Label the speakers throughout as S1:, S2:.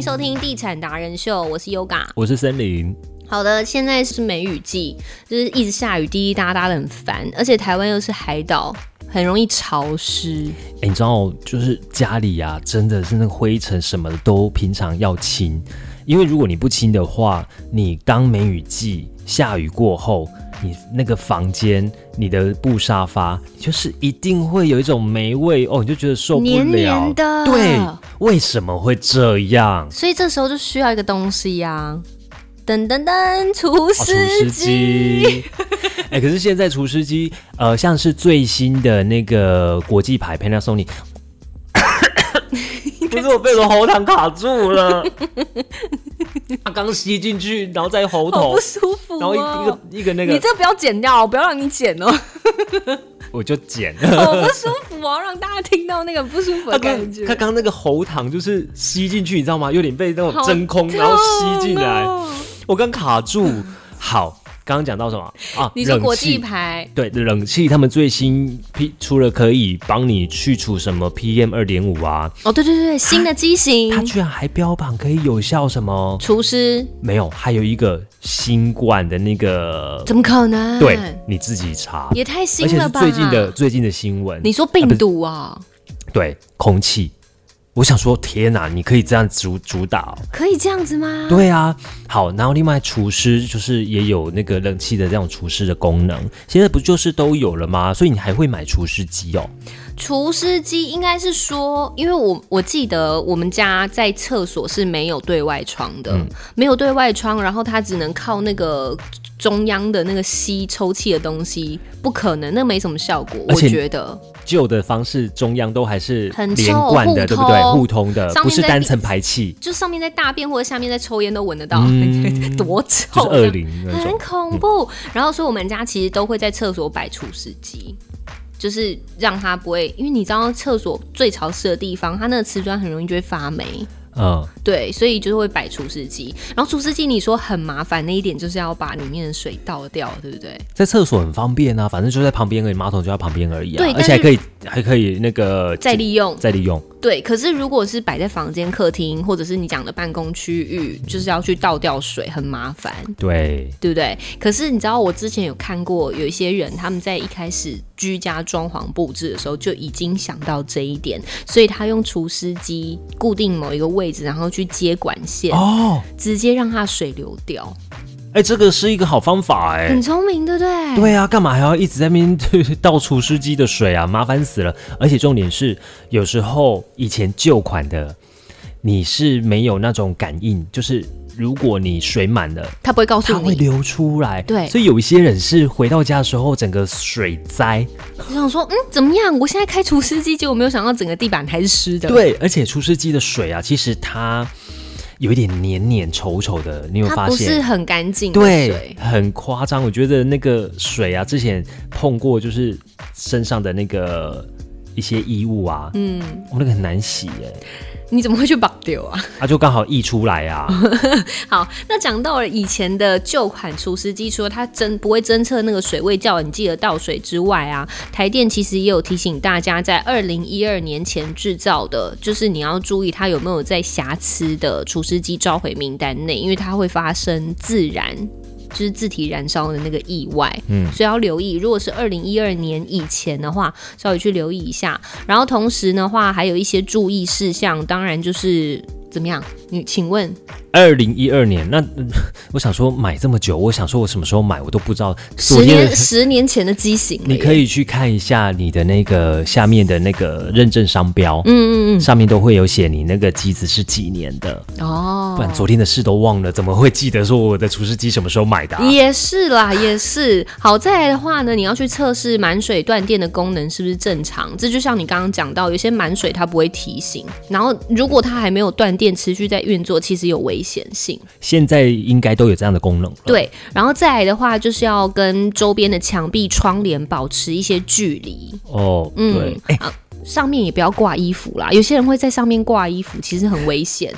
S1: 收听《地产达人秀》，我是 Yoga。
S2: 我是森林，
S1: 好的，现在是梅雨季，就是一直下雨，滴滴答答的很烦，而且台湾又是海岛，很容易潮湿。
S2: 哎、你知道，就是家里啊，真的是那个灰尘什么的都平常要清，因为如果你不清的话，你当梅雨季下雨过后，你那个房间、你的布沙发，就是一定会有一种霉味哦，你就觉得受不了。
S1: 黏黏的
S2: 对，为什么会这样？
S1: 所以这时候就需要一个东西呀、噔噔噔，除
S2: 哦，除
S1: 湿
S2: 湿
S1: 机。
S2: 机。哎、可是现在除湿机，呃，像是最新的那个国际牌 Panasonic，不是我被我喉糖卡住 了，它刚吸进去，然后在喉
S1: 好
S2: 头
S1: 不，舒服、哦，
S2: 然后一一个一个那
S1: 你
S2: 个，
S1: 这不要剪掉，不要让你剪 哦，
S2: 我就剪。
S1: 好不舒服哦，让大家听到那个不舒服的
S2: 他刚
S1: 感觉。
S2: 他刚那个喉糖就是吸进去，你知道吗？有点被那种
S1: 好
S2: 真空，然后吸进来
S1: 痛，哦
S2: 我刚卡住。好，刚刚讲到什么啊？
S1: 你说
S2: 冷
S1: 国
S2: 气
S1: 际牌，
S2: 对，冷气他们最新批除了可以帮你去除什么 PM 二点五啊，
S1: 哦，对对对，新的机型，
S2: 它居然还标榜可以有效什么？
S1: 厨师，
S2: 没有，还有一个新冠的那个，
S1: 怎么可能？
S2: 对，你自己查，
S1: 也太
S2: 而
S1: 嗯新
S2: 且
S1: 了
S2: 是
S1: 吧！
S2: 最近的最近的新闻，
S1: 你说病毒啊，
S2: 对空气，我想说天哪，你可以这样主主打、哦。
S1: 可以这样子吗？
S2: 对啊，好，然后另外除湿就是也有那个冷气的这种除湿的功能，现在不就是都有了吗？所以你还会买除湿机哦？
S1: 除湿机应该是说，因为我我记得我们家在厕所是没有对外窗
S2: 嗯
S1: 的，没有对外窗，然后它只能靠那个中央的那个吸抽气的东西，不可能，那没什么效果，我
S2: 而且
S1: 觉得。
S2: 旧的方式，中央都还是
S1: 很
S2: 连贯的，
S1: 臭
S2: 对
S1: 互通
S2: 不对？互通的，
S1: 上面
S2: 不是
S1: 在
S2: 单
S1: 地
S2: 层排气，
S1: 就上面在大便或者下面在抽烟都闻得到，
S2: 嗯
S1: 多
S2: 就
S1: 臭啊
S2: 是
S1: 这样！
S2: 二零那
S1: 很
S2: 种。嗯
S1: 恐怖。然后，所以我们家其实都会在厕所摆除湿机，就是让它不会，因为你知道厕所最潮湿的地方，它那个瓷砖很容易就会发霉。
S2: 嗯，
S1: 对，所以就是会摆除湿机。然后除湿机你说很麻烦那一点，就是要把里面的水倒掉，对不对？
S2: 在厕所很方便啊，反正就在旁边而已，马桶就在旁边而已啊
S1: 对，
S2: 而
S1: 但
S2: 且还
S1: 是
S2: 可以还可以那个
S1: 再利用。
S2: 再利用。
S1: 对，可是如果是摆在房间、客厅，或者是你讲的办公区域，就是要去倒掉水，很麻烦。
S2: 对，
S1: 对不对？可是你知道，我之前有看过有一些人，他们在一开始居家装潢布置的时候就已经想到这一点，所以他用除湿机固定某一个位置，然后去接管线，
S2: 哦，
S1: 直接让它水流掉，
S2: 哎，这个是一个好方法哎
S1: 很。聪明，对不对？
S2: 对啊，干嘛还要一直在那边 倒除湿机的水啊？麻烦死了！而且重点是，有时候以前旧款的你是没有那种感应，就是如果你水满了。
S1: 他不会告
S2: 它
S1: 诉
S2: 会
S1: 你。
S2: 流出来。
S1: 对
S2: 所以有一些人是回到家的时候，整个水灾。
S1: 我想说，嗯，怎么样？我现在开除湿机，结果没有想到整个地板还是湿的。，
S2: 对，而且除湿机的水啊，其实它有一点黏黏稠稠的，你有没有
S1: 它
S2: 发
S1: 不是
S2: 现？
S1: 很干净的
S2: 对
S1: 水，。
S2: 很夸张。我觉得那个水啊，之前碰过，就是身上的那个一些衣物啊，嗯，我、那个很难洗哎、
S1: 你怎么会去绑丢啊？
S2: 它、就刚好溢出来啊。
S1: 好，那讲到了以前的旧款除湿机，除了它侦不会侦测那个水位，叫你记得倒水之外啊，台电其实也有提醒大家，在二零一二年前制造的，就是你要注意它有没有在瑕疵的除湿机召回名单内，因为它会发生自燃。就是自体燃烧的那个意外，嗯，所以要留意。如果是二零一二年以前的话，稍微去留意一下。然后同时的话，还有一些注意事项，当然就是怎么样？你请问
S2: 二零一二年，那、 嗯我想说买这么久，我想说我什么时候买，我都不知道。昨
S1: 十
S2: 天
S1: 年十年前的机型了耶，
S2: 你可以去看一下你的那个下面的那个认证商标，
S1: 嗯，嗯
S2: 上面都会有写你那个机子是几年的，
S1: 嗯哦，
S2: 不然昨天的事都忘了，怎么会记得说我的除湿机什么时候买的、啊？
S1: 也是啦，也是。好，再来的话呢，你要去测试满水断电的功能是不是正常。这就像你刚刚讲到，有些满水它不会提醒，然后如果它还没有断电，持续在运作，其实有危险性。
S2: 现在应该都有这样的功能了。，
S1: 对，然后再来的话，就是要跟周边的墙壁、窗帘保持一些距离。
S2: 哦，
S1: 嗯
S2: 对，哎、
S1: 上面也不要挂衣服啦，有些人会在上面挂衣服，其实很危险。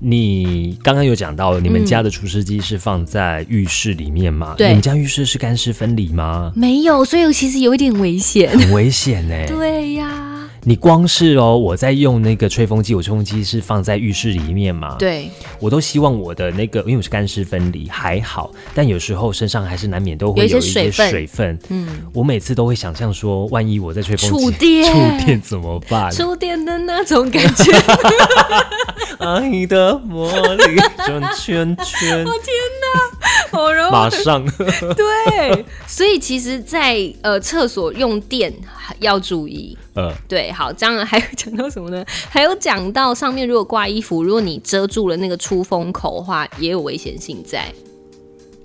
S2: 你刚刚有讲到你们家的除湿机是放在浴室里面吗？
S1: 对
S2: 你们家浴室是干湿分离吗？
S1: 没有，所以其实有一点危险。
S2: 很危险哎、
S1: 对呀、
S2: 你光是哦，我在用那个吹风机，我吹风机是放在浴室里面嘛，
S1: 对，
S2: 我都希望我的那个，因为我是干湿分离，还好，但有时候身上还是难免都会
S1: 有一些
S2: 一些
S1: 水分
S2: 水分。
S1: 嗯，
S2: 我每次都会想象说，万一我在吹风机
S1: 触电
S2: 触电怎么办？
S1: 触电的那种感觉，
S2: 爱的魔力转圈 圈，
S1: 好柔
S2: 马上
S1: 对，所以其实在，呃厕所用电要注意。
S2: 呃，
S1: 对，好，这样还有讲到什么呢？ 还有讲到上面如果挂衣服，如果你遮住了那个出风口的话，也有危险性在，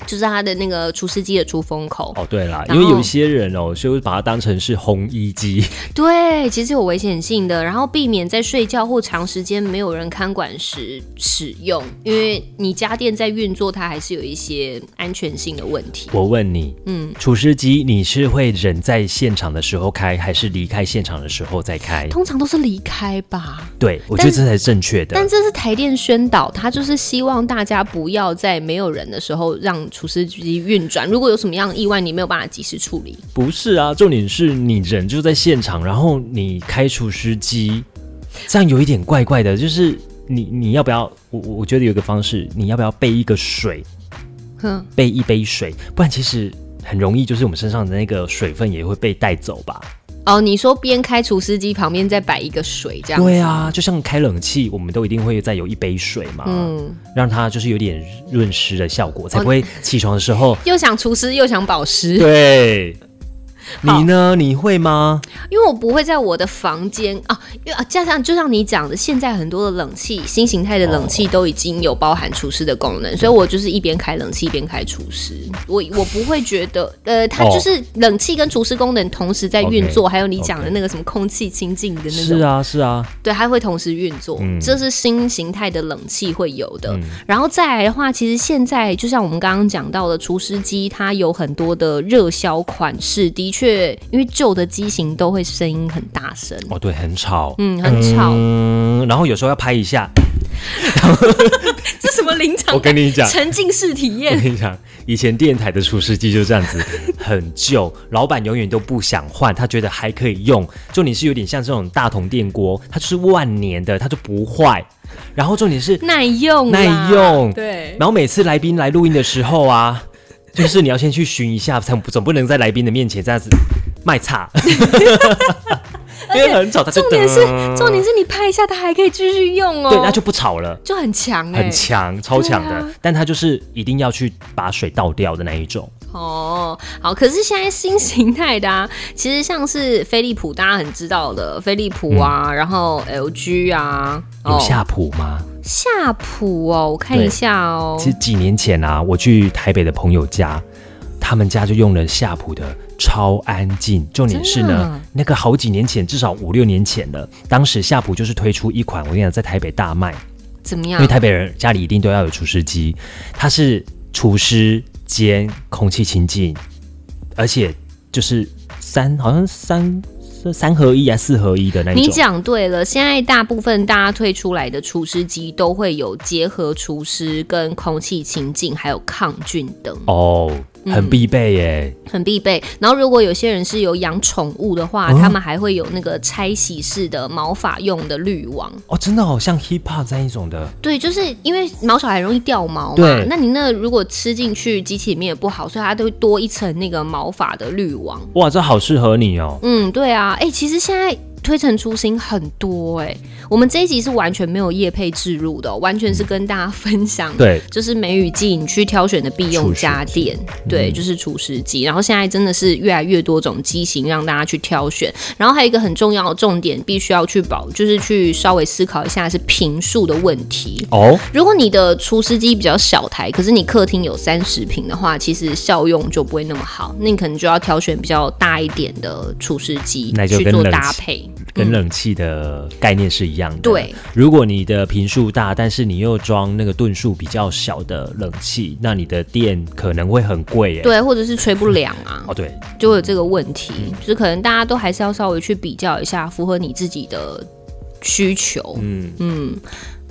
S1: 就是它的那个除湿机的出风口。
S2: 哦对啦，因
S1: 然
S2: 为
S1: 后
S2: 有一些人哦，就是把它当成是烘衣机，
S1: 对，其实有危险性的，然后避免在睡觉或长时间没有人看管时使用，因为你家电在运作，它还是有一些安全性的问题。
S2: 我问你，嗯，除湿机你是会忍在现场的时候开，还是离开现场的时候再开？
S1: 通常都是离开吧，
S2: 对，我觉
S1: 但
S2: 得这才是正确的
S1: 但。这是台电宣导，它就是希望大家不要在没有人的时候让除湿机运转。如果有什么样的意外，你没有办法及时处理，
S2: 不是啊，重点是你人就在现场，然后你开除湿机，这样有一点怪怪的。就是你你要不要？我我我觉得有一个方式，你要不要备一个水，
S1: 哼，
S2: 备一杯水，不然其实很容易，就是我们身上的那个水分也会被带走吧。
S1: 哦，你说边开除湿机旁边再摆一个水这样子，
S2: 对啊，就像开冷气，我们都一定会再有一杯水嘛，
S1: 嗯哦
S2: 让它就是有点润湿的效果，才不会起床的时 候。
S1: 又想除湿又想保湿。
S2: 对，
S1: 好
S2: 你呢？你会吗？
S1: 因为我不会在我的房间啊，因为啊，加上就像你讲的，现在很多的冷气新形态的冷气都已经有包含除湿的功
S2: 嗯
S1: 能，所以我就是一边开冷气一边开除湿，我我不会觉得呃，它
S2: 哦
S1: 就是冷气跟除湿功能同时在运作
S2: OK，
S1: 还有你讲的那个什么空气清净的那
S2: 是
S1: 种，
S2: 啊，是啊，
S1: 对，它会同时运作，
S2: 嗯
S1: 这是新形态的冷气会有的。然后再来的话，其实现在就像我们刚刚讲到的，除湿机它有很多的热销款式，的确，因为旧的机型都会声音很大声，
S2: 哦，对，很吵，
S1: 嗯，很吵，
S2: 嗯，然后有时候要拍一下。
S1: 这什么临场？
S2: 我跟你讲，
S1: 沉浸式体
S2: 我
S1: 验。
S2: 跟你讲，以前电台的除湿机就这样 子，很旧，老板永远都不想换，他觉得还可以用。重点是有点像这种大铜电锅，它就是万年的，它就不坏。然后重点是，
S1: 耐用啦，
S2: 耐用
S1: 对，
S2: 然后每次来宾来录音的时 候啊，就是你要先去寻一下，总总不能在来宾的面前这样子 卖差，因为很吵，他就
S1: 重点是
S2: 噔
S1: 重点是你拍一下，它还可以继续用哦，
S2: 对，那就不吵了。
S1: 就很强哎、
S2: 很强，超强的，
S1: 对啊
S2: 但它就是一定要去把水倒掉的那一种。
S1: 哦，好，可是现在新形态的啊， 其实像是飞利浦，大家很知道的，飞利浦啊，然后 LG 啊，
S2: 有夏普吗？
S1: 夏普哦，我看一下哦，
S2: 其实几年前啊，我去台北的朋友家，他们家就用了夏普的超安静。重点是
S1: 真的
S2: 呢
S1: 啊，
S2: 那个好几年前，至少五六年前了，当时夏普就是推出一款，我跟你讲，在台北大卖，
S1: 怎么
S2: 因
S1: 样
S2: 为？台北人家里一定都要有除湿机，它是除湿兼空气清净，而且就是三好像三三三合一啊，四合一的那一种。
S1: 你讲对了，现在大部分大家推出来的除湿机都会有结合除湿跟空气清净，还有抗菌等，
S2: 哦，很必备耶。
S1: 很必备。然后如果有些人是有养宠物的话，哦他们还会有那个拆洗式的毛发用的滤网。
S2: 哦，真的好、哦、像 hip hop 这样一种的，
S1: 对，就是因为毛小孩容易掉毛嘛
S2: 对，
S1: 那你那如果吃进去机器里面也不好，所以它都会多一层那个毛发的滤网。
S2: 哇，这好适合你哦。
S1: 嗯，对啊，哎、其实现在推陈出新很多哎、我们这一集是完全没有业配置入的哦、完全是跟大家分享。。
S2: 对，
S1: 就是梅雨季，你去挑选的必用家电，
S2: 嗯
S1: 对，就是除湿机。然后现在真的是越来越多种机型让大家去挑选。然后还有一个很重要的重点，必须要去保，就是去稍微思考一下是频数的问题。
S2: 哦，
S1: 如果你的除湿机比较小台，可是你客厅有三十平的话，其实效用就不会那么好。那你可能就要挑选比较大一点的除湿机
S2: 那就
S1: 去
S2: 跟
S1: 做
S2: 冷
S1: 搭
S2: 气
S1: 配。
S2: 跟冷气的概念是一样的。
S1: 对，
S2: 如果你的频数大，但是你又装那个吨数比较小的冷气，那你的电可能会很贵耶。，
S1: 对，或者是吹不凉啊，
S2: 哦对，
S1: 就会有这个问题。就是可能大家都还是要稍微去比较一下，符合你自己的需求。
S2: 嗯，
S1: 嗯，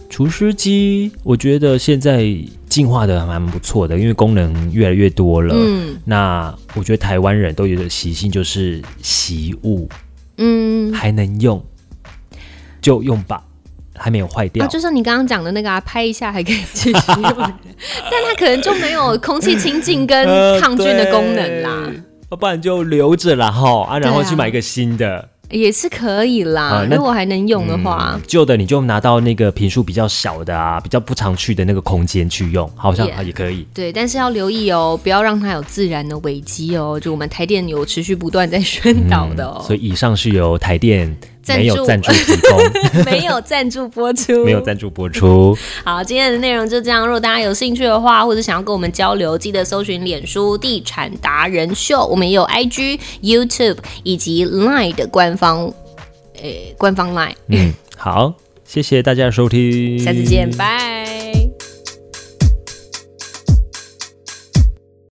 S2: 除湿机我觉得现在进化的蛮不错的，因为功能越来越多了。
S1: 嗯
S2: 那我觉得台湾人都有的习性就是习物
S1: 嗯，
S2: 还能用，就用吧，还没有坏掉。
S1: 啊，就像你刚刚讲的那个啊，拍一下还可以 继续用，但它可能就没有空气清净跟抗菌的功能啦，
S2: 呃呃，对要不然就留着啦哈啊，然后
S1: 对啊
S2: 去买一个新的。
S1: 也是可以啦。
S2: 啊那
S1: 如果还能用的话
S2: 嗯，旧的你就拿到那个频数比较小的啊，比较不常去的那个空间去用，好像
S1: Yeah
S2: 啊也可以。
S1: 对，但是要留意哦，不要让它有自燃的危机哦。就我们台电有持续不断在宣导的哦，
S2: 嗯所以以上是由台电
S1: 赞助
S2: 没有赞助提 供，
S1: 没有赞助播出，
S2: 没有赞助播出。
S1: 好，今天的内容就这样。如果大家有兴趣的话，或者想要跟我们交流，记得搜寻脸书“地产达人秀”，我们也有 IG、YouTube 以及 Line 的官方，诶、官方 Line。
S2: 嗯，好，谢谢大家的收听，
S1: 下次见，拜。